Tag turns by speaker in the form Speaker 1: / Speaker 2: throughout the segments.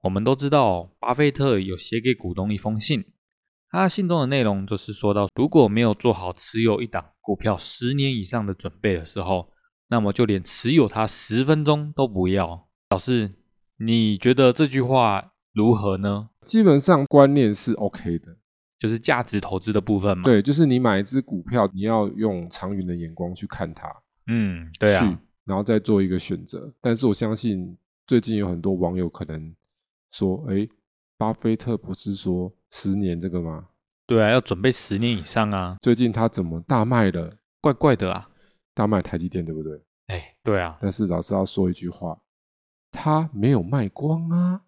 Speaker 1: 我们都知道，巴菲特有写给股东一封信，他信中的内容就是说到，如果没有做好持有一档股票十年以上的准备的时候，那么就连持有它十分钟都不要。老师，你觉得这句话如何呢？
Speaker 2: 基本上观念是 OK 的。
Speaker 1: 就是价值投资的部分嘛。，
Speaker 2: 对，就是你买一只股票，你要用长远的眼光去看它，
Speaker 1: 嗯，对
Speaker 2: 去
Speaker 1: 啊，
Speaker 2: 然后再做一个选择。但是我相信最近有很多网友可能说，哎，巴菲特不是说十年这个吗？
Speaker 1: 对啊，要准备十年以上啊，
Speaker 2: 最近他怎么大卖了？
Speaker 1: 怪怪的啊。
Speaker 2: 大卖台积电，对不对？
Speaker 1: 哎，对啊，
Speaker 2: 但是老师要说一句话，他没有卖光啊，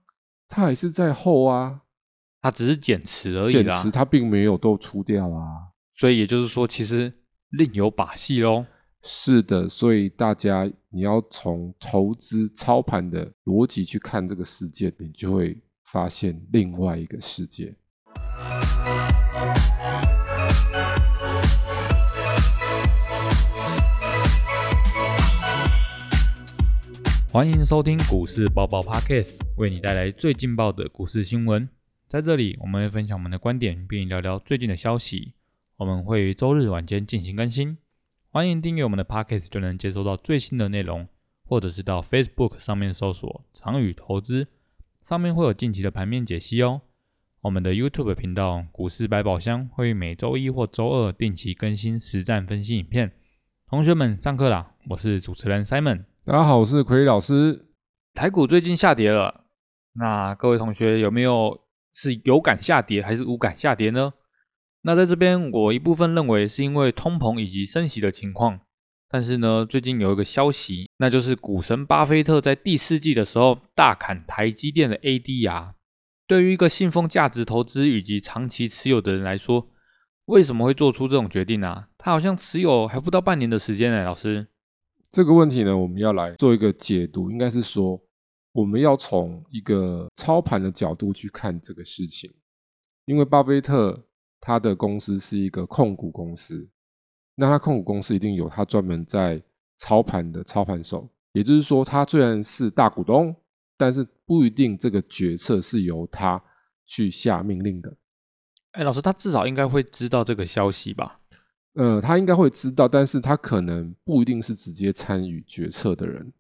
Speaker 2: 他还是在后啊，
Speaker 1: 它只是减持而已
Speaker 2: 减
Speaker 1: 啦。
Speaker 2: 持他并没有都出掉啊。
Speaker 1: 所以也就是说，其实另有把戏喽。
Speaker 2: 是的，所以大家你要从投资操盘的逻辑去看这个世界，你就会发现另外一个世界。
Speaker 1: 欢迎收听股市爆爆 Podcast，为你带来最劲爆的股市新闻。在这里，我们会分享我们的观点，并聊聊最近的消息。我们会于周日晚间进行更新，欢迎订阅我们的 Podcast，就能接收到最新的内容，或者是到 Facebook 上面搜索“长宇投资”，上面会有近期的盘面解析哦。我们的 YouTube 频道“股市百宝箱”会于每周一或周二定期更新实战分析影片。同学们，上课啦！我是主持人 Simon。
Speaker 2: 大家好，我是奎老师。
Speaker 1: 台股最近下跌了，那各位同学有没有是有感下跌还是无感下跌呢？那在这边，我一部分认为是因为通膨以及升息的情况，但是呢，最近有一个消息，那就是股神巴菲特在第四季的时候大砍台积电的 ADR。对于一个信奉价值投资以及长期持有的人来说，为什么会做出这种决定啊？他好像持有还不到半年的时间呢、老师。
Speaker 2: 这个问题呢，我们要来做一个解读，应该是说我们要从一个操盘的角度去看这个事情，因为巴菲特他的公司是一个控股公司，那他控股公司一定有他专门在操盘的操盘手，也就是说，他虽然是大股东，但是不一定这个决策是由他去下命令的。
Speaker 1: 哎，老师，他至少应该会知道这个消息吧？
Speaker 2: 呃，他应该会知道，但是他可能不一定是直接参与决策的人。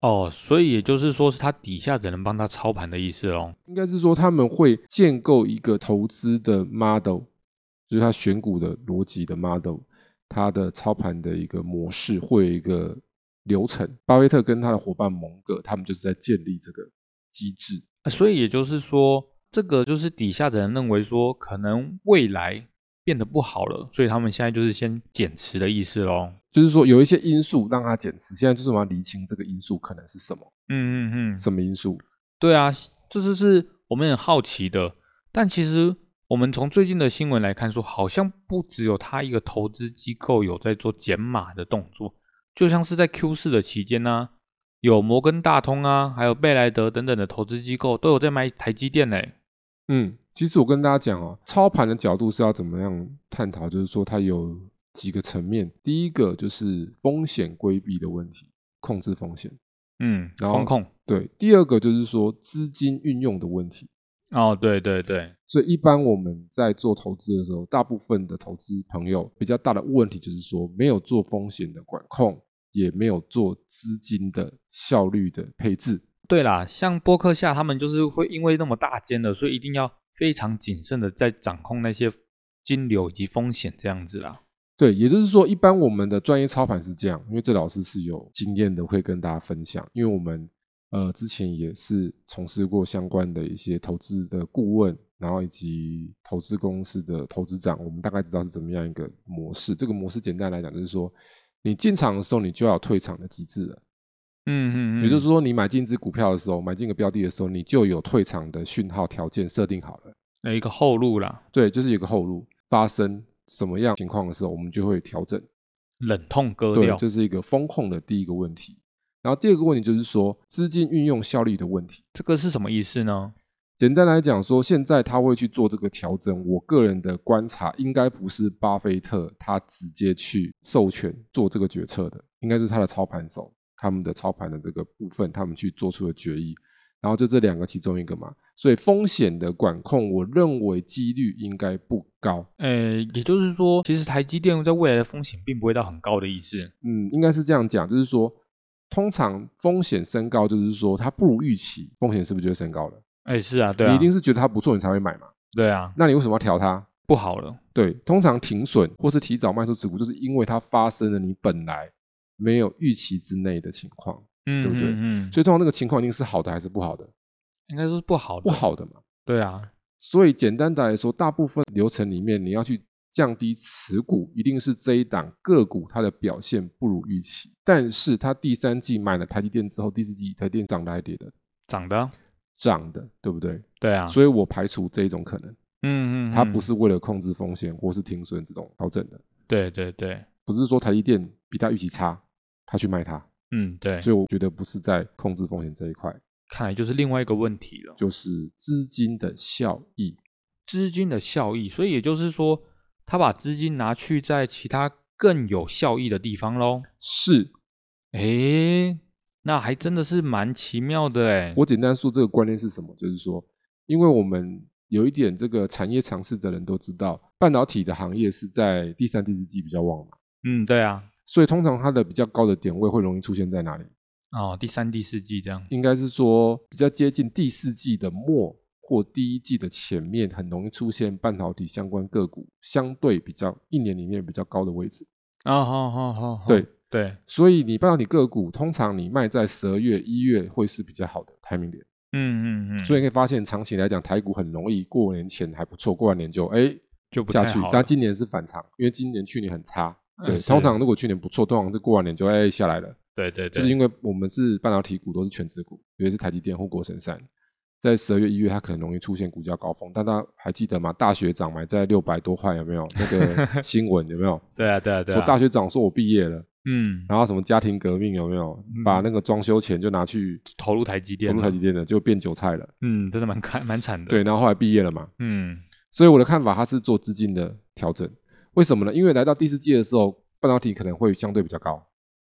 Speaker 1: 哦，所以也就是说是他底下的人帮他操盘的意思喽。
Speaker 2: 应该是说他们会建构一个投资的 model，就是他选股的逻辑的 model，他的操盘的一个模式会有一个流程。巴菲特跟他的伙伴蒙格，他们就是在建立这个机制。
Speaker 1: 呃所以也就是说，这个就是底下的人认为说，可能未来变得不好了，所以他们现在就是先减持的意思喽。
Speaker 2: 就是说，有一些因素让他减持，现在就是我们要厘清这个因素可能是什么，
Speaker 1: 嗯嗯嗯，
Speaker 2: 什么因素。
Speaker 1: 对啊，这就是我们很好奇的。但其实我们从最近的新闻来看说，好像不只有他一个投资机构有在做减码的动作，就像是在 Q 四的期间呢、有摩根大通啊，还有贝莱德等等的投资机构都有在买台积电嘞、
Speaker 2: 嗯，其实我跟大家讲哦，操盘的角度是要怎么样探讨，就是说它有几个层面。第一个就是风险规避的问题，控制风险。
Speaker 1: 嗯，
Speaker 2: 然
Speaker 1: 风
Speaker 2: 后
Speaker 1: 控。
Speaker 2: 对，第二个就是说资金运用的问题。
Speaker 1: 哦，对对对，
Speaker 2: 所以一般我们在做投资的时候，大部分的投资朋友比较大的问题就是说，没有做风险的管控，也没有做资金的效率的配置。
Speaker 1: 对啦，像波克夏他们就是会因为那么大间的，所以一定要非常谨慎的在掌控那些金流以及风险这样子啦。
Speaker 2: 对，也就是说，一般我们的专业操盘是这样，因为这老师是有经验的，会跟大家分享。因为我们呃之前也是从事过相关的一些投资的顾问，然后以及投资公司的投资长，我们大概知道是怎么样一个模式。这个模式简单来讲，就是说你进场的时候，你就要有退场的机制了。
Speaker 1: 嗯嗯嗯，
Speaker 2: 也就是说，你买进一只股票的时候，买进一个标的的时候，你就有退场的讯号条件设定好了。
Speaker 1: 有呃一个后路啦，
Speaker 2: 对，就是有个后路，发生什么样情况的时候，我们就会调整。
Speaker 1: 冷痛割
Speaker 2: 对，
Speaker 1: 掉。
Speaker 2: 这是一个风控的第一个问题。然后第二个问题就是说资金运用效率的问题。
Speaker 1: 这个是什么意思呢？
Speaker 2: 简单来讲说，现在他会去做这个调整。我个人的观察，应该不是巴菲特他直接去授权做这个决策的，应该是他的操盘手他们的操盘的这个部分，他们去做出的决议。然后就这两个其中一个嘛，所以风险的管控，我认为几率应该不高。
Speaker 1: 呃，也就是说，其实台积电在未来的风险并不会到很高的意思。
Speaker 2: 嗯，应该是这样讲，就是说，通常风险升高，就是说它不如预期，风险是不是就会升高了？
Speaker 1: 哎，是啊，对啊，
Speaker 2: 你一定是觉得它不错，你才会买嘛。
Speaker 1: 对啊，
Speaker 2: 那你为什么要调它？
Speaker 1: 不好了，
Speaker 2: 对，通常停损或是提早卖出持股，就是因为它发生了你本来没有预期之内的情况，
Speaker 1: 嗯，
Speaker 2: 对不对
Speaker 1: 嗯，嗯
Speaker 2: 所以通常那个情况一定是好的还是不好的？
Speaker 1: 应该说是不好的，
Speaker 2: 不，好的嘛。
Speaker 1: 对啊，
Speaker 2: 所以简单的来说，大部分流程里面，你要去降低持股，一定是这一档个股它的表现不如预期。但是它第三季买了台积电之后，第四季台积电涨的还跌的，
Speaker 1: 涨的啊，
Speaker 2: 涨的，对不对？
Speaker 1: 对啊，
Speaker 2: 所以我排除这一种可能，
Speaker 1: 嗯嗯，
Speaker 2: 它
Speaker 1: 嗯
Speaker 2: 不，是为了控制风险或是停损这种调整的，
Speaker 1: 对对对，
Speaker 2: 不是说台积电比它预期差，它去卖它。
Speaker 1: 嗯对，
Speaker 2: 所以我觉得不是在控制风险这一块，
Speaker 1: 看来就是另外一个问题了，
Speaker 2: 就是资金的效益。
Speaker 1: 资金的效益，所以也就是说，他把资金拿去在其他更有效益的地方喽。
Speaker 2: 是
Speaker 1: 诶，那还真的是蛮奇妙的诶。
Speaker 2: 我简单说这个观念是什么，就是说，因为我们有一点这个产业常识的人都知道，半导体的行业是在第三、第四季比较旺嘛，
Speaker 1: 嗯，对啊，
Speaker 2: 所以通常它的比较高的点位会容易出现在哪里？
Speaker 1: 哦，第三、第四季这样，
Speaker 2: 应该是说比较接近第四季的末或第一季的前面，很容易出现半导体相关个股相对比较一年里面比较高的位置。
Speaker 1: 啊，好好好，好
Speaker 2: 对
Speaker 1: 对，
Speaker 2: 所以你半导体个股通常你卖在十二月、一月会是比较好的 timing 点。
Speaker 1: 嗯嗯嗯，
Speaker 2: 所以你可以发现，长期来讲，台股很容易过年前还不错，过完年就哎
Speaker 1: 就不
Speaker 2: 下
Speaker 1: 太
Speaker 2: 去
Speaker 1: 好。
Speaker 2: 但今年是反常，因为今年去年很差。
Speaker 1: 嗯
Speaker 2: 对，
Speaker 1: 是
Speaker 2: 通常如果去年不错，通常是过完年就哎下来了，
Speaker 1: 对对
Speaker 2: 就
Speaker 1: 对，
Speaker 2: 是因为我们是半导体股都是全职股，尤其是台积电、护国神山，在十二月、一月它可能容易出现股价高峰。但大家还记得吗？大学涨买在六百多块有没有？那个 新闻有没有？
Speaker 1: 对啊对啊对
Speaker 2: 说
Speaker 1: 啊，
Speaker 2: 大学长说我毕业了，
Speaker 1: 嗯，
Speaker 2: 然后什么家庭革命有没有
Speaker 1: 嗯？
Speaker 2: 把那个装修钱就拿去
Speaker 1: 投入台积电
Speaker 2: 投
Speaker 1: 了，
Speaker 2: 入台积电的，就变韭菜了。
Speaker 1: 嗯，真的蛮看蛮惨的。，
Speaker 2: 对，然后后来毕业了嘛，
Speaker 1: 嗯
Speaker 2: 所以我的看法，它是做资金的调整。为什么呢？因为来到第四季的时候，半导体可能会相对比较高。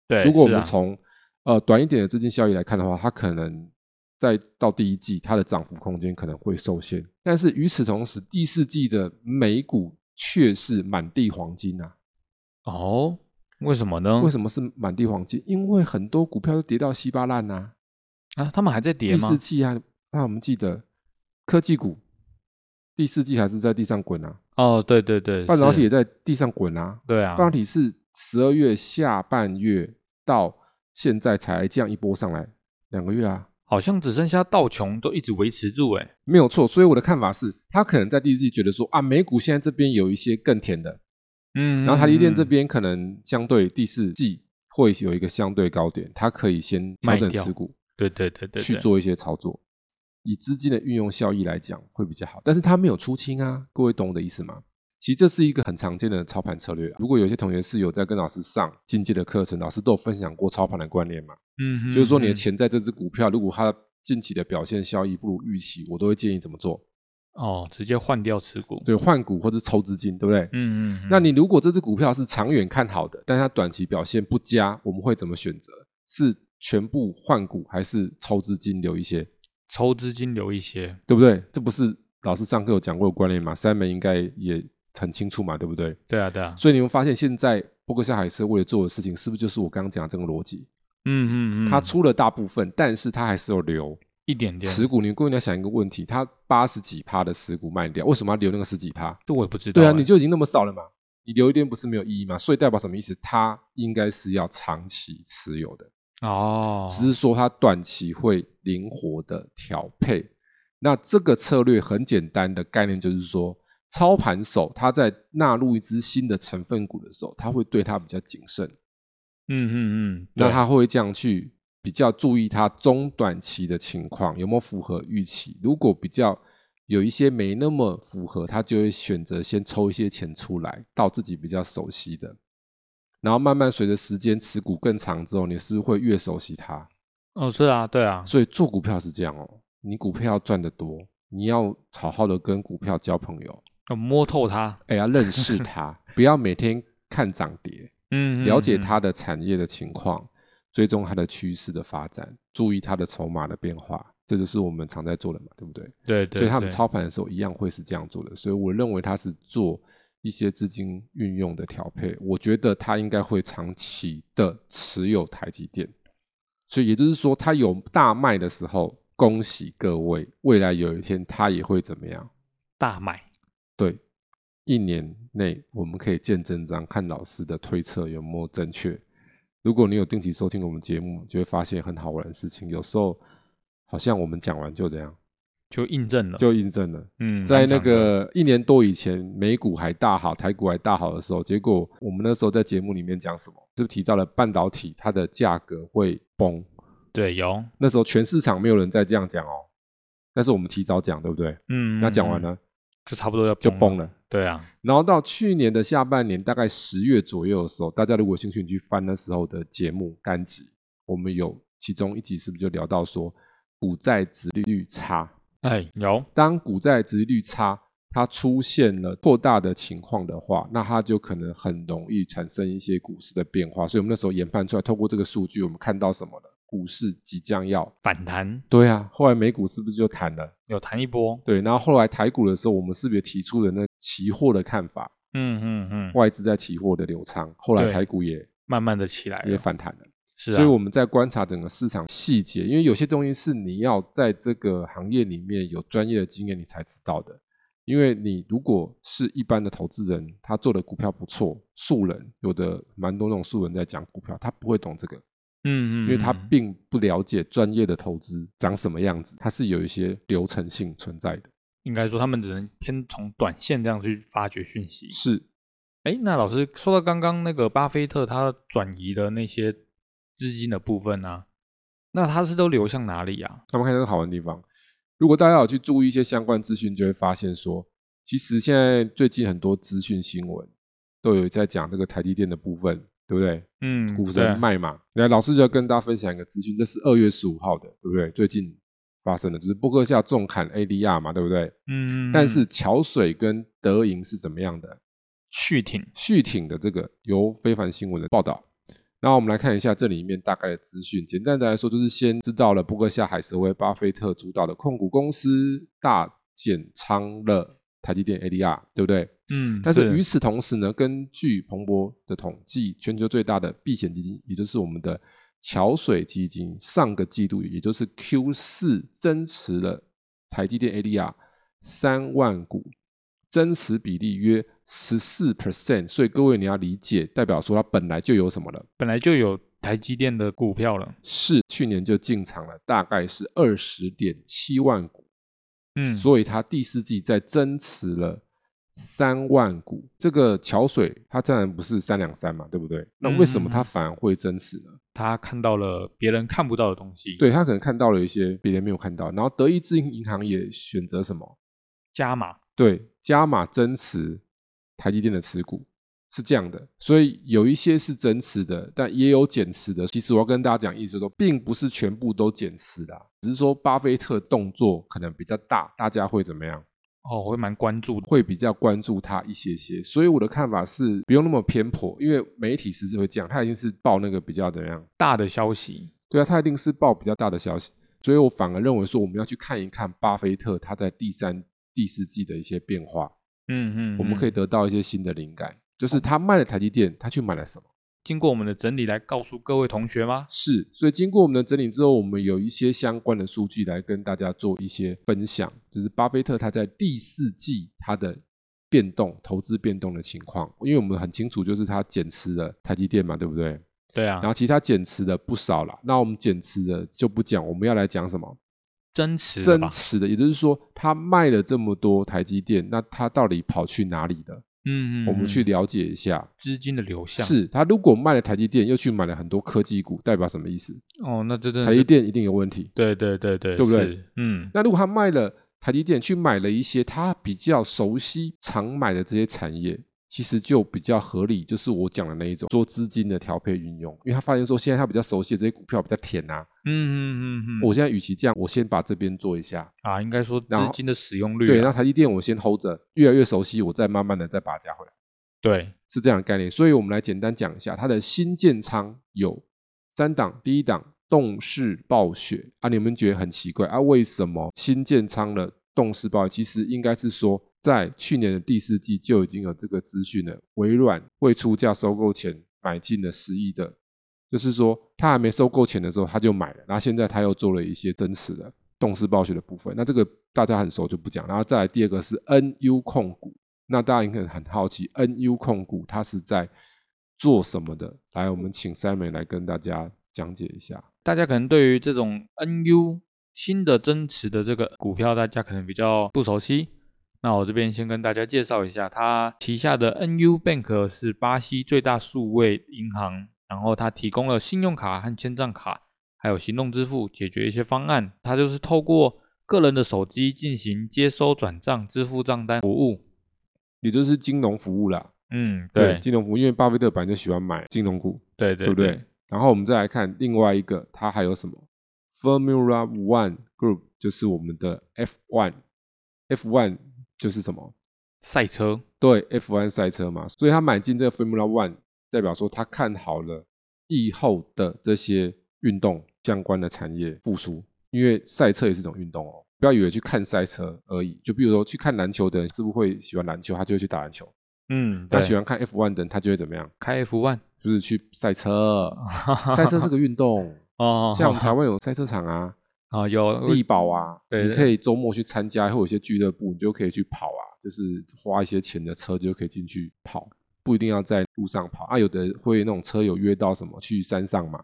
Speaker 1: 对，
Speaker 2: 如果我
Speaker 1: 是
Speaker 2: 们
Speaker 1: 啊
Speaker 2: 从、呃短一点的资金效益来看的话，它可能在到第一季，它的涨幅空间可能会受限。但是与此同时，第四季的美股却是满地黄金啊！
Speaker 1: 哦，为什么呢？
Speaker 2: 为什么是满地黄金？因为很多股票都跌到稀巴烂啊！
Speaker 1: 啊？他们还在跌
Speaker 2: 第
Speaker 1: 吗
Speaker 2: 四？季啊，那我们记得科技股第四季还是在地上滚啊，
Speaker 1: 哦，对对对，
Speaker 2: 半导体
Speaker 1: 是
Speaker 2: 也在地上滚啊。
Speaker 1: 对啊，
Speaker 2: 半导体是十二月下半月到现在才这样一波上来，两个月啊，
Speaker 1: 好像只剩下道琼都一直维持住诶。
Speaker 2: 没有错。所以我的看法是，他可能在第一季觉得说啊，美股现在这边有一些更甜的，
Speaker 1: 嗯，
Speaker 2: 然后台积电这
Speaker 1: 嗯
Speaker 2: 边可能相对第四季会有一个相对高点，它可以先调整
Speaker 1: 卖掉
Speaker 2: 持股
Speaker 1: 对对对对
Speaker 2: 去
Speaker 1: 对
Speaker 2: 做一些操作。以资金的运用效益来讲会比较好，但是它没有出清啊，各位懂我的意思吗？其实这是一个很常见的操盘策略啊。如果有些同学是有在跟老师上进阶的课程，老师都有分享过操盘的观念嘛，
Speaker 1: 嗯哼，
Speaker 2: 就是说你
Speaker 1: 嗯
Speaker 2: 的钱在这只股票，如果它近期的表现效益不如预期，我都会建议怎么做？
Speaker 1: 哦，直接换掉持股。
Speaker 2: 对，换股或者抽资金，对不对？
Speaker 1: 嗯，嗯嗯，
Speaker 2: 那你如果这只股票是长远看好的，但它短期表现不佳，我们会怎么选择？是全部换股还是抽资金留一些？
Speaker 1: 抽资金留一些，
Speaker 2: 对不对？这不是老师上课有讲过的观念嘛？三门应该也很清楚嘛，对不对？
Speaker 1: 对啊对啊，
Speaker 2: 所以你会发现，现在伯克夏海瑟为了做的事情，是不是就是我刚刚讲的这个逻辑？
Speaker 1: 嗯嗯嗯，
Speaker 2: 他出了大部分，但是他还是有留
Speaker 1: 一点点，
Speaker 2: 持股。你过你要想一个问题，他八十几趴的持股卖掉，为什么要留那个十几趴？
Speaker 1: 这我也不知道
Speaker 2: 对
Speaker 1: 欸。
Speaker 2: 啊，你就已经那么少了嘛，你留一点不是没有意义嘛？所以代表什么意思？他应该是要长期持有的。
Speaker 1: 哦，
Speaker 2: 只是说它短期会灵活的调配。那这个策略很简单的概念就是说，操盘手他在纳入一只新的成分股的时候，他会对它比较谨慎，
Speaker 1: 嗯嗯嗯，
Speaker 2: 那
Speaker 1: 对
Speaker 2: 他会这样去比较注意它中短期的情况有没有符合预期。如果比较有一些没那么符合，他就会选择先抽一些钱出来到自己比较熟悉的，然后慢慢随着时间持股更长之后，你是不是会越熟悉它？
Speaker 1: 哦是啊对啊，
Speaker 2: 所以做股票是这样哦，你股票要赚得多，你要好好的跟股票交朋友，
Speaker 1: 要摸透它，
Speaker 2: 哎，要认识它，不要每天看涨跌，
Speaker 1: 嗯，
Speaker 2: 了解
Speaker 1: 嗯，
Speaker 2: 它的产业的情况，追踪它的趋势的发展，注意它的筹码的变化，这就是我们常在做的嘛，对不对？
Speaker 1: 对对，
Speaker 2: 所以他们
Speaker 1: 对
Speaker 2: 操盘的时候一样会是这样做的。所以我认为他是做一些资金运用的调配，我觉得他应该会长期的持有台积电。所以也就是说，他有大卖的时候，恭喜各位，未来有一天他也会怎么样？
Speaker 1: 大买，
Speaker 2: 对，一年内我们可以见真章，看老师的推测有没有正确。如果你有定期收听我们节目，就会发现很好玩的事情。有时候好像我们讲完就这样，
Speaker 1: 就印证了。
Speaker 2: 就印证了。
Speaker 1: 嗯，
Speaker 2: 在
Speaker 1: 蛮
Speaker 2: 那
Speaker 1: 长的
Speaker 2: 个一年多以前，美股还大好，台股还大好的时候，结果我们那时候在节目里面讲什么？是不是提到了半导体它的价格会崩？
Speaker 1: 对有，
Speaker 2: 那时候全市场没有人在这样讲哦，但是我们提早讲，对不对？
Speaker 1: 嗯，
Speaker 2: 那讲完
Speaker 1: 嗯，嗯
Speaker 2: 了
Speaker 1: 就差不多要
Speaker 2: 就
Speaker 1: 崩
Speaker 2: 崩
Speaker 1: 了。
Speaker 2: 了。
Speaker 1: 对啊，
Speaker 2: 然后到去年的下半年，大概十月左右的时候，大家如果有兴趣你去翻那时候的节目单集，我们有其中一集是不是就聊到说，股债值利率差，
Speaker 1: 哎有，
Speaker 2: 当股债殖利率差，它出现了扩大的情况的话，那它就可能很容易产生一些股市的变化。所以我们那时候研判出来，透过这个数据，我们看到什么了？股市即将要
Speaker 1: 反弹
Speaker 2: 对啊，后来美股是不是就弹了？
Speaker 1: 有弹一波。
Speaker 2: 对，然后后来台股的时候，我们是不是也提出了那期货的看法？
Speaker 1: 嗯嗯嗯，
Speaker 2: 外资在期货的流仓，后来
Speaker 1: 对
Speaker 2: 台股也
Speaker 1: 慢慢的起来
Speaker 2: 也
Speaker 1: 了。
Speaker 2: 反弹了。
Speaker 1: 是啊，
Speaker 2: 所以我们在观察整个市场细节，因为有些东西是你要在这个行业里面有专业的经验，你才知道的。因为你如果是一般的投资人，他做的股票不错，素人有的蛮多那种素人在讲股票，他不会懂这个，
Speaker 1: 嗯嗯，
Speaker 2: 因为他
Speaker 1: 嗯
Speaker 2: 并不了解专业的投资长什么样子，它是有一些流程性存在的。
Speaker 1: 应该说他们只能偏从短线这样去发掘讯息。
Speaker 2: 是，
Speaker 1: 哎，那老师说到刚刚那个巴菲特他转移的那些资金的部分啊，那他是都流向哪里啊？
Speaker 2: 他们看这个好玩的地方。如果大家有去注意一些相关资讯，就会发现说，其实现在最近很多资讯新闻都有在讲这个台积电的部分，对不对？
Speaker 1: 嗯，
Speaker 2: 股
Speaker 1: 对
Speaker 2: 神卖嘛。来，老师就要跟大家分享一个资讯，这是二月十五号的，对不对？最近发生的就是伯克夏重砍 ADR 嘛，对不对？
Speaker 1: 嗯，
Speaker 2: 但是桥水跟德银是怎么样的？
Speaker 1: 续挺
Speaker 2: 续挺的这个由非凡新闻的报道。那我们来看一下这里面大概的资讯。简单的来说，就是先知道了伯克夏海瑟威巴菲特主导的控股公司大减仓了台积电 ADR，对不对？
Speaker 1: 嗯，
Speaker 2: 但是与此同时呢，根据彭博的统计，全球最大的避险基金，也就是我们的桥水基金，上个季度也就是 Q 四增持了台积电 ADR 三万股，增持比例约十四 percent。所以各位你要理解，代表说它本来就有什么了。
Speaker 1: 本来就有台积电的股票了。
Speaker 2: 是去年就进场了，大概是二十点七万股，
Speaker 1: 嗯，
Speaker 2: 所以它第四季再增持了三万股。这个桥水它当然不是三两三嘛，对不对？那为什么它反而会增持呢？
Speaker 1: 他看到了别人看不到的东西，，
Speaker 2: 对，它可能看到了一些别人没有看到。然后德意志银行也选择什么？
Speaker 1: 加码，
Speaker 2: 对，加码增持台积电的持股。是这样的，所以有一些是增持的，但也有减持的。其实我要跟大家讲，意思说，并不是全部都减持的啊、只是说巴菲特动作可能比较大，大家会怎么样？
Speaker 1: 哦，我会蛮关注的。
Speaker 2: 会比较关注他一些些。所以我的看法是不用那么偏颇，因为媒体实质会这样，他一定是报那个比较怎么样？
Speaker 1: 大的消息，
Speaker 2: 对啊，他一定是报比较大的消息。所以我反而认为说，我们要去看一看巴菲特他在第三、第四季的一些变化，
Speaker 1: 嗯嗯，
Speaker 2: 我们可以
Speaker 1: 嗯
Speaker 2: 得到一些新的灵感。就是他卖了台积电，他去买了什么？
Speaker 1: 经过我们的整理来告诉各位同学吗？
Speaker 2: 是，所以经过我们的整理之后，我们有一些相关的数据来跟大家做一些分享，就是巴菲特他在第四季他的变动、投资变动的情况，因为我们很清楚，就是他减持了台积电嘛，对不对？
Speaker 1: 对啊
Speaker 2: 然，后其实他减持的不少啦，那我们减持的就不讲，我们要来讲什么？
Speaker 1: 增持了吧
Speaker 2: 增，持的，也就是说他卖了这么多台积电，那他到底跑去哪里了？
Speaker 1: 嗯嗯，
Speaker 2: 我们
Speaker 1: 嗯
Speaker 2: 去了解一下。
Speaker 1: 资金的流向
Speaker 2: 是他如果卖了台积电，又去买了很多科技股，代表什么意思？
Speaker 1: 哦，那这真的
Speaker 2: 台积
Speaker 1: 是
Speaker 2: 电一定有问题。
Speaker 1: 对对对对，
Speaker 2: 对不对
Speaker 1: 是？嗯，
Speaker 2: 那如果他卖了台积电，去买了一些他比较熟悉、常买的这些产业，其实就比较合理，就是我讲的那一种做资金的调配运用。因为他发现说，现在他比较熟悉的这些股票比较甜啊，
Speaker 1: 嗯嗯嗯嗯，
Speaker 2: 我现在与其这样，我先把这边做一下，
Speaker 1: 啊，应该说
Speaker 2: 然
Speaker 1: 资
Speaker 2: 后
Speaker 1: 金的使用
Speaker 2: 对，
Speaker 1: 率
Speaker 2: 那
Speaker 1: 啊，
Speaker 2: 台积电我先 hold 着，越来越熟悉，我再慢慢的再把它加回来，
Speaker 1: 对，
Speaker 2: 是这样的概念。所以我们来简单讲一下，它的新建仓有三档，第一档动视暴雪啊，你们觉得很奇怪啊？为什么新建仓的动视暴雪其实应该是说，在去年的第四季就已经有这个资讯了，微软未出价收购前买进了十亿的，就是说他还没收购前的时候他就买了，然后现在他又做了一些增持的动视暴雪的部分，那这个大家很熟就不讲，然后再来第二个是 NU 控股，那大家应该很好奇 NU 控股它是在做什么的？来，我们请 Simon 来跟大家讲解一下。
Speaker 1: 大家可能对于这种 NU 新的增持的这个股票，大家可能比较不熟悉。那我这边先跟大家介绍一下，它旗下的 NU Bank 是巴西最大数位银行，然后它提供了信用卡和千账卡，还有行动支付解决一些方案。它就是透过个人的手机进行接收、转账、支付账单服务。
Speaker 2: 也就是金融服务啦。
Speaker 1: 嗯，对，
Speaker 2: 金融服务，因为巴菲特本来就喜欢买金融股，
Speaker 1: 对
Speaker 2: 对
Speaker 1: 对
Speaker 2: 不对？然后我们再来看另外一个，它还有什么？Formula One Group 就是我们的 F1，F1 就是什么？
Speaker 1: 赛车，
Speaker 2: 对，F1 赛车嘛，所以他买进这个 Formula One，代表说他看好了以后的这些运动相关的产业复苏，因为赛车也是一种运动哦。不要以为去看赛车而已，就比如说去看篮球的人，是不是会喜欢篮球，他就会去打篮球；
Speaker 1: 嗯，
Speaker 2: 他
Speaker 1: 对，
Speaker 2: 喜欢看 F1 的人，他就会怎么样？
Speaker 1: 开 F one，
Speaker 2: 就是去赛车。赛车是个运动，
Speaker 1: 哦，
Speaker 2: 像我们台湾有赛车场啊、
Speaker 1: 啊有
Speaker 2: 力宝啊，
Speaker 1: 对
Speaker 2: 你
Speaker 1: 对
Speaker 2: 可以周末去参加，或有一些俱乐部，你就可以去跑啊，就是花一些钱的车就可以进去跑，不一定要在路上跑啊。有的会那种车友约到什么去山上嘛，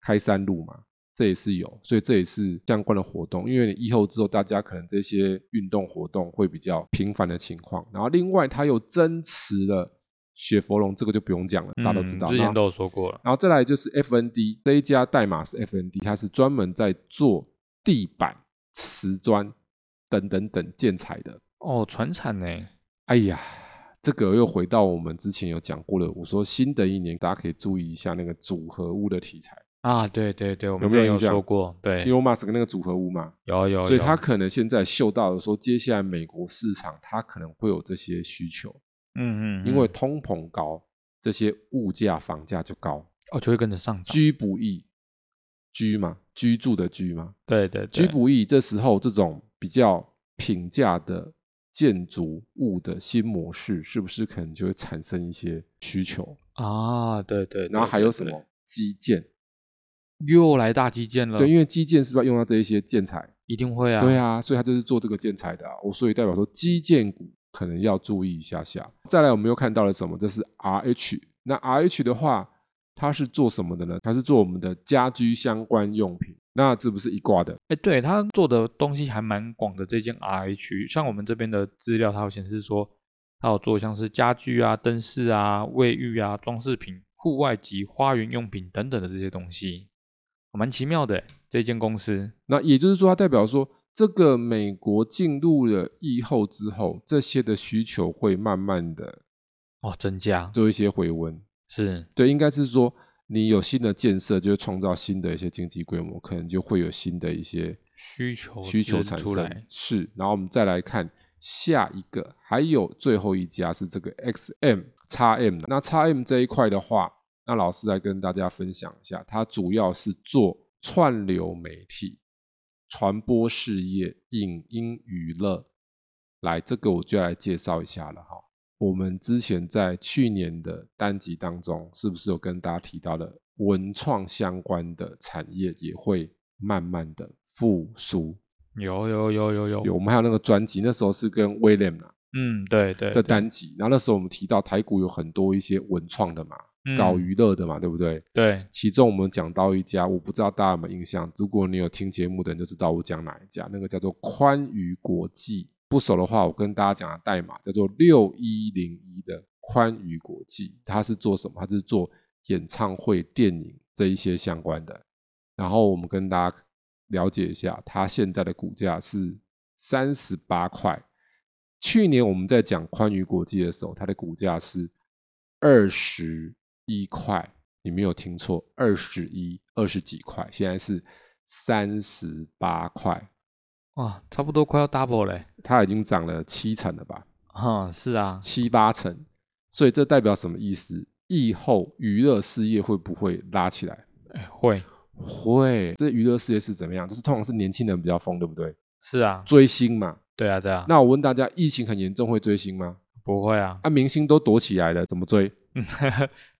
Speaker 2: 开山路嘛，这也是有，所以这也是相关的活动。因为你疫后之后，大家可能这些运动活动会比较频繁的情况。然后另外，它又增持了雪佛龙，这个就不用讲了，大家都知道。
Speaker 1: 嗯之前都有说过了。
Speaker 2: 然后再来就是 FND 这一家代码是 FND，它是专门在做地板、瓷砖等等等建材的。
Speaker 1: 哦，船产呢？
Speaker 2: 哎呀，这个又回到我们之前有讲过了，我说新的一年大家可以注意一下那个组合屋的题材，
Speaker 1: 啊，对对对，我们
Speaker 2: 有
Speaker 1: 之
Speaker 2: 没有
Speaker 1: 前有
Speaker 2: 印象
Speaker 1: 说过，对，
Speaker 2: 因为 Musk 那个组合屋嘛，
Speaker 1: 有有，
Speaker 2: 所以
Speaker 1: 有
Speaker 2: 他可能现在嗅到了说，接下来美国市场它可能会有这些需求，
Speaker 1: 嗯嗯，
Speaker 2: 因为
Speaker 1: 嗯
Speaker 2: 通膨高，这些物价房价就高，
Speaker 1: 哦就会跟着上涨，
Speaker 2: 居不易，居嘛，居住的居嘛，
Speaker 1: 对对
Speaker 2: 居
Speaker 1: 对，
Speaker 2: 不易，这时候这种比较平价的建筑物的新模式，是不是可能就会产生一些需求？
Speaker 1: 啊，对对，
Speaker 2: 然后
Speaker 1: 对
Speaker 2: 还
Speaker 1: 对
Speaker 2: 有什
Speaker 1: 对
Speaker 2: 么基建？
Speaker 1: 又来大基建了？
Speaker 2: 对，因为基建是不是要用到这一些建材？
Speaker 1: 一定会嗯啊，
Speaker 2: 对
Speaker 1: 啊，
Speaker 2: 啊，所以它就是做这个建材的、啊。我所以代表说基建股可能要注意一下下。再来，我们又看到了什么？这是 RH。那 RH 的话，它是做什么的呢？它是做我们的家居相关用品。那这不是一挂的？
Speaker 1: 哎，对他做的东西还蛮广的，这件 RH，像我们这边的资料，它有显示说，它有做像是家具啊、灯饰啊、卫浴啊、装饰品、户外及花园用品等等的这些东西，哦蛮奇妙的欸这间公司，
Speaker 2: 那也就是说，它代表说，这个美国进入了疫后之后，这些的需求会慢慢的
Speaker 1: 哦，增加
Speaker 2: 做一些回温。
Speaker 1: 是，
Speaker 2: 对，应该是说，你有新的建设，就会创造新的一些经济规模，可能就会有新的一些
Speaker 1: 需求
Speaker 2: 需求
Speaker 1: 就是
Speaker 2: 产
Speaker 1: 出
Speaker 2: 生
Speaker 1: 来。
Speaker 2: 是，然后我们再来看下一个，还有最后一家是这个 XM 叉 M。那叉 M 这一块的话，那老师来跟大家分享一下，它主要是做串流媒体、传播事业、影音娱乐。来，这个我就要来介绍一下了哈。我们之前在去年的单集当中，是不是有跟大家提到了文创相关的产业也会慢慢的复苏？
Speaker 1: 有有有有有
Speaker 2: 有，我们还有那个专辑，那时候是跟 William 啊
Speaker 1: 嗯，对对
Speaker 2: 的
Speaker 1: 对
Speaker 2: 单集，然后那时候我们提到台股有很多一些文创的嘛，
Speaker 1: 嗯
Speaker 2: 搞娱乐的嘛，对不对？
Speaker 1: 对，
Speaker 2: 其中我们讲到一家，我不知道大家有没有印象，如果你有听节目的人就知道我讲哪一家，那个叫做宽娱国际。不熟的话，我跟大家讲的代码叫做六一零一的宽娱国际，它是做什么？它是做演唱会、电影这一些相关的。然后我们跟大家了解一下，它现在的股价是三十八块。去年我们在讲宽娱国际的时候，它的股价是二十一块，你没有听错，二十一、二十几块，现在是三十八块，
Speaker 1: 哇，差不多快要 double 嘞，
Speaker 2: 它已经涨了七成了吧？
Speaker 1: 哈、是啊，
Speaker 2: 七八成，所以这代表什么意思？疫后娱乐事业会不会拉起来？
Speaker 1: 哎会，
Speaker 2: 会，这娱乐事业是怎么样？就是通常是年轻人比较疯，对不对？
Speaker 1: 是啊，
Speaker 2: 追星嘛。
Speaker 1: 对啊，对啊，
Speaker 2: 那我问大家，疫情很严重，会追星吗？
Speaker 1: 不会啊，嗯
Speaker 2: 啊，明星都躲起来了，怎么追？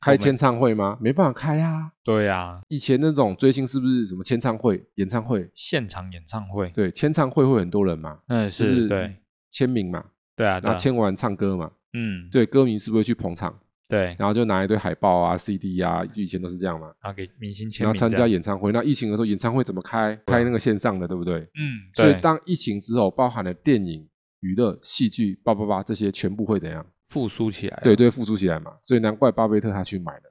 Speaker 2: 开签唱会吗？没办法开啊。
Speaker 1: 对啊，
Speaker 2: 以前那种追星是不是什么签唱会、演唱会？
Speaker 1: 现场演唱会，
Speaker 2: 对，签唱会会很多人嘛，
Speaker 1: 嗯，
Speaker 2: 就是
Speaker 1: 对，
Speaker 2: 签名嘛，
Speaker 1: 对啊，对
Speaker 2: 然
Speaker 1: 啊
Speaker 2: 后，签完唱歌嘛，
Speaker 1: 嗯，
Speaker 2: 对，歌迷是不是会去捧场？
Speaker 1: 对，
Speaker 2: 然后就拿一堆海报啊、CD 啊，以前都是这样嘛。
Speaker 1: 然后给明星签
Speaker 2: 然后
Speaker 1: 名这样，
Speaker 2: 参加演唱会，那疫情的时候演唱会怎么开？开那个线上的，对不对？
Speaker 1: 嗯，
Speaker 2: 所以
Speaker 1: 对
Speaker 2: 当疫情之后，包含了电影、娱乐、戏剧、叭叭叭这些，全部会怎样？
Speaker 1: 复苏起来了，
Speaker 2: 对对，复苏起来嘛。所以难怪巴菲特他去买了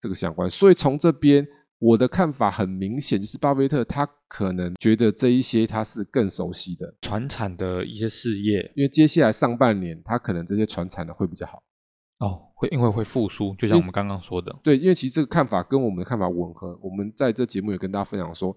Speaker 2: 这个相关。所以从这边我的看法很明显，就是巴菲特他可能觉得这一些他是更熟悉的，
Speaker 1: 传产的一些事业
Speaker 2: 因为接下来上半年他可能这些传产的会比较好。
Speaker 1: 哦，会因为会复苏，就像我们刚刚说的，
Speaker 2: 对，因为其实这个看法跟我们的看法吻合。我们在这节目也跟大家分享说，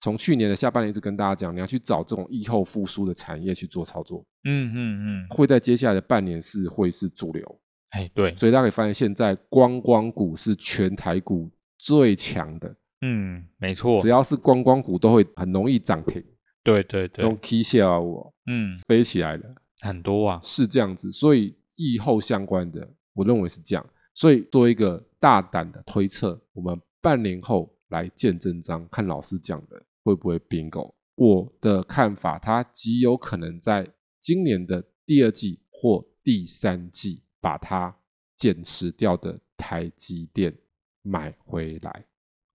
Speaker 2: 从去年的下半年一直跟大家讲，你要去找这种疫后复苏的产业去做操作，
Speaker 1: 嗯嗯嗯，
Speaker 2: 会在接下来的半年是会是主流。
Speaker 1: 哎，对，
Speaker 2: 所以大家可以发现，现在观光股是全台股最强的，
Speaker 1: 嗯，没错
Speaker 2: 只，要是观光股都会很容易涨停，
Speaker 1: 对对对，
Speaker 2: 用 K 线啊，我
Speaker 1: 嗯，
Speaker 2: 飞起来了，
Speaker 1: 很多啊，
Speaker 2: 是这样子。所以疫后相关的，我认为是这样。所以做一个大胆的推测，我们半年后来见真章，看老师讲的会不会 bingo。我的看法，它极有可能在今年的第二季或第三季把它减持掉的台积电买回来。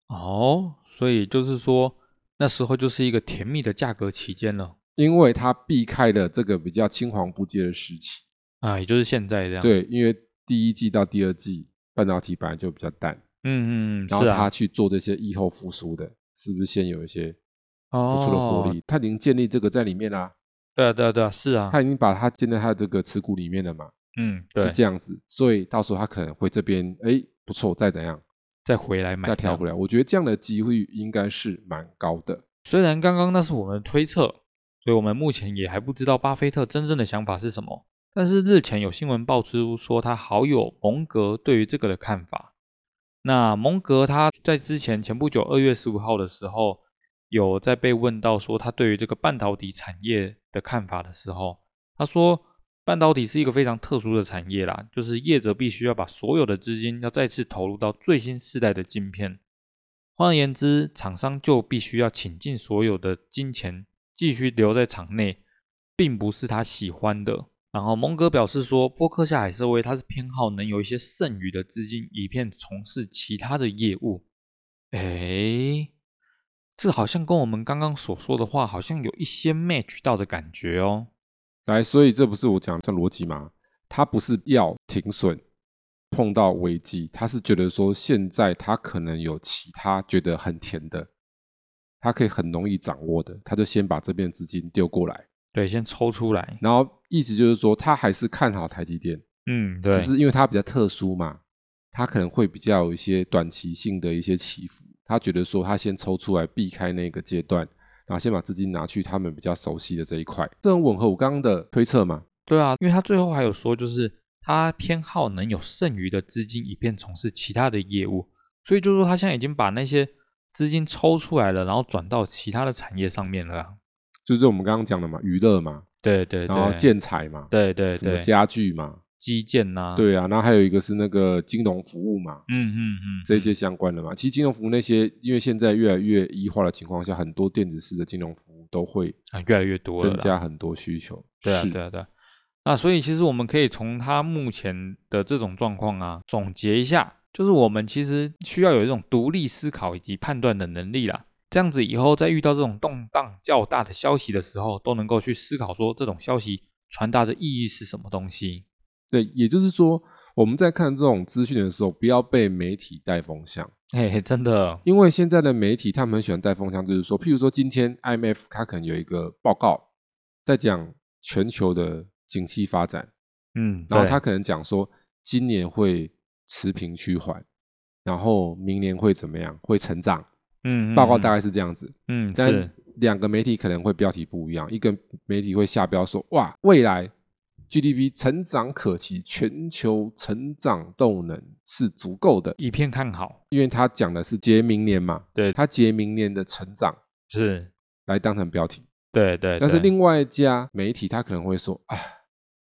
Speaker 1: 哦，所以就是说那时候就是一个甜蜜的价格期间了
Speaker 2: 因为它避开了这个比较青黄不接的时期。
Speaker 1: 啊，也就是现在这样，，
Speaker 2: 对，因为第一季到第二季半导体本来就比较淡，
Speaker 1: 嗯嗯嗯，
Speaker 2: 然后
Speaker 1: 是啊
Speaker 2: 它，去做这些疫后复苏的，是不是先有一些不错的
Speaker 1: 哦
Speaker 2: 获，利？它已经建立这个在里面啦、
Speaker 1: 对啊对啊对啊，是啊，
Speaker 2: 它已经把它建在它的这个持股里面了嘛，
Speaker 1: 嗯，
Speaker 2: 是
Speaker 1: 对，
Speaker 2: 这样子，所以到时候它可能会这边哎不错，再怎样
Speaker 1: 再回来买，
Speaker 2: 再调回来，我觉得这样的机会应该是蛮高的。
Speaker 1: 虽然刚刚那是我们的推测，所以我们目前也还不知道巴菲特真正的想法是什么。但是日前有新闻爆出说，他好友蒙格对于这个的看法。那蒙格他在之前前不久二月十五号的时候，有在被问到说他对于这个半导体产业的看法的时候，他说半导体是一个非常特殊的产业啦，就是业者必须要把所有的资金要再次投入到最新世代的晶片，换言之，厂商就必须要倾尽所有的金钱继续留在场内，并不是他喜欢的。然后蒙哥表示说，波克夏海瑟薇他是偏好能有一些剩余的资金，以便从事其他的业务。诶，这好像跟我们刚刚所说的话，好像有一些 match 到的感觉哦。
Speaker 2: 来，所以这不是我讲的逻辑吗？他不是要停损，碰到危机，他是觉得说现在他可能有其他觉得很甜的，他可以很容易掌握的，他就先把这边资金丢过来，
Speaker 1: 对，先抽出来。
Speaker 2: 然后意思就是说他还是看好台积电，
Speaker 1: 嗯，对
Speaker 2: 只，是因为它比较特殊嘛，它可能会比较有一些短期性的一些起伏。他觉得说他先抽出来避开那个阶段，然后先把资金拿去他们比较熟悉的这一块，这很吻合我刚刚的推测嘛。
Speaker 1: 对啊，因为他最后还有说，就是他偏好能有剩余的资金，以便从事其他的业务。所以就是说，他现在已经把那些资金抽出来了，然后转到其他的产业上面了啊。
Speaker 2: 就是我们刚刚讲的嘛，娱乐嘛，
Speaker 1: 对对对，
Speaker 2: 然后建材嘛，
Speaker 1: 对对
Speaker 2: 什么
Speaker 1: 对，
Speaker 2: 家具嘛，
Speaker 1: 基建呐、，
Speaker 2: 对啊，然后还有一个是那个金融服务嘛，
Speaker 1: 嗯嗯嗯，
Speaker 2: 这些相关的嘛。其实金融服务那些，因为现在越来越医化的情况下，很多电子式的金融服务都会
Speaker 1: 啊越来越多了啦
Speaker 2: 增加很多需求。
Speaker 1: 对啊
Speaker 2: 是
Speaker 1: 对啊对啊。那所以其实我们可以从他目前的这种状况啊，总结一下，就是我们其实需要有一种独立思考以及判断的能力啦。这样子以后在遇到这种动荡较大的消息的时候，都能够去思考说这种消息传达的意义是什么东西。
Speaker 2: 对，也就是说，我们在看这种资讯的时候，不要被媒体带风向，
Speaker 1: 嘿嘿，真的，哦
Speaker 2: 因为现在的媒体他们很喜欢带风向，就是说，譬如说今天 IMF 它可能有一个报告在讲全球的景气发展。
Speaker 1: 嗯，
Speaker 2: 然后
Speaker 1: 对
Speaker 2: 他可能讲说今年会持平趋缓，然后明年会怎么样？会成长。
Speaker 1: 嗯嗯
Speaker 2: 报告大
Speaker 1: 嗯
Speaker 2: 概是这样子，
Speaker 1: 嗯是
Speaker 2: 但两个媒体可能会标题不一样，一个媒体会下标说哇未来 GDP 成长可期，全球成长动能是足够的，
Speaker 1: 一片看好，
Speaker 2: 因为他讲的是结明年嘛，
Speaker 1: 对
Speaker 2: 他结明年的成长
Speaker 1: 是，
Speaker 2: 来当成标题。
Speaker 1: 对对，
Speaker 2: 但是
Speaker 1: 对
Speaker 2: 另外一家媒体他可能会说啊，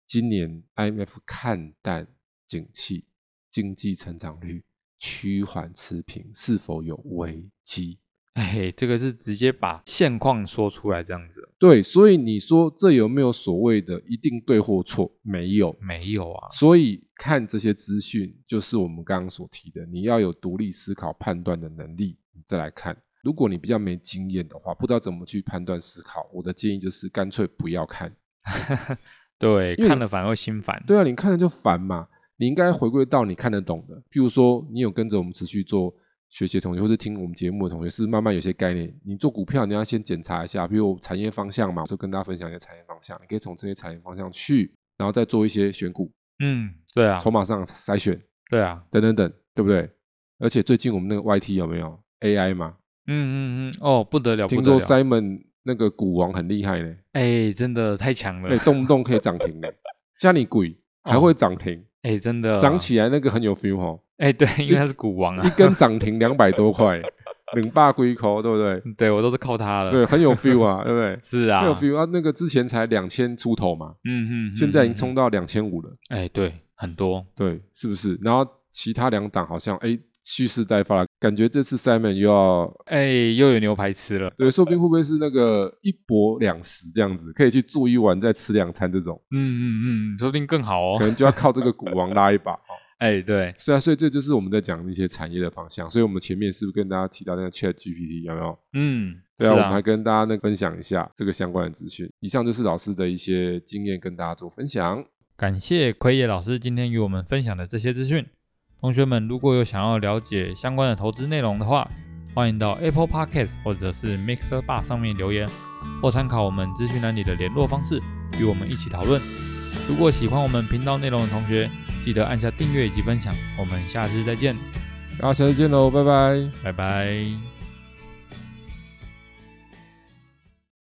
Speaker 2: 今年 IMF 看淡景气，经济成长率趋缓持平，是否有危机？
Speaker 1: 哎，这个是直接把现况说出来这样子，
Speaker 2: 对，所以你说这有没有所谓的一定对或错？没有。
Speaker 1: 没有啊，
Speaker 2: 所以看这些资讯，就是我们刚刚所提的，你要有独立思考、判断的能力，你再来看。如果你比较没经验的话，不知道怎么去判断思考，我的建议就是干脆不要看。
Speaker 1: 对，
Speaker 2: 因为
Speaker 1: 看了反而会心烦，
Speaker 2: 对啊，你看了就烦嘛。你应该回归到你看得懂的，譬如说你有跟着我们持续做学习的同学，或者听我们节目的同学，是慢慢有些概念。你做股票，你要先检查一下，比如产业方向嘛，我就跟大家分享一些产业方向，你可以从这些产业方向去，然后再做一些选股、
Speaker 1: 嗯，对啊
Speaker 2: 筹，码上筛选
Speaker 1: 对啊，
Speaker 2: 等等等，对不对？而且最近我们那个 YT 有没有 AI 嘛？
Speaker 1: 嗯嗯嗯，哦，不得了，不
Speaker 2: 听
Speaker 1: 得
Speaker 2: 说
Speaker 1: 了，
Speaker 2: Simon 那个股王很厉害呢，
Speaker 1: 哎，真的太强了
Speaker 2: 哎，，动不动可以涨停呢，像你鬼还会涨 停，
Speaker 1: 哎，真的
Speaker 2: 涨，起来那个很有 feel 哦。
Speaker 1: 哎，对，因为他是股王
Speaker 2: 一
Speaker 1: 啊，
Speaker 2: 根涨停两百多块，领霸龟口，对不对？
Speaker 1: 对我都是靠他了，
Speaker 2: 对，，很有 feel 啊，对不对？
Speaker 1: 是啊
Speaker 2: 很，有 feel 啊！那个之前才两千出头嘛，
Speaker 1: 嗯嗯嗯，
Speaker 2: 现在已经
Speaker 1: 嗯，
Speaker 2: 冲到两千五了，
Speaker 1: 哎，对，很多，
Speaker 2: 对，是不是？然后其他两档好像哎蓄势待发了，感觉这次 Simon 又要
Speaker 1: 哎，又有牛排吃了，
Speaker 2: 对，说不定会不会是那个一博两食这样子，可以去住一晚再吃两餐这种，
Speaker 1: 嗯嗯嗯，说不定更好哦
Speaker 2: 可，能就要靠这个股王拉一把。 哦
Speaker 1: 哎，对，
Speaker 2: 是啊，所以这就是我们在讲一些产业的方向。所以我们前面是不是跟大家提到那个 Chat GPT 有没有？
Speaker 1: 嗯，
Speaker 2: 对啊，
Speaker 1: 是
Speaker 2: 我们还跟大家呢分享一下这个相关的资讯。以上就是老师的一些经验跟大家做分享。
Speaker 1: 感谢奎野老师今天与我们分享的这些资讯。同学们如果有想要了解相关的投资内容的话，欢迎到 Apple Podcast 或者是 Mixer Bar 上面留言，或参考我们资讯栏里的联络方式，与我们一起讨论。如果喜欢我们频道内容的同学，记得按下订阅以及分享。我们下次再见，
Speaker 2: 大家下次见喽，拜拜。
Speaker 1: 拜拜。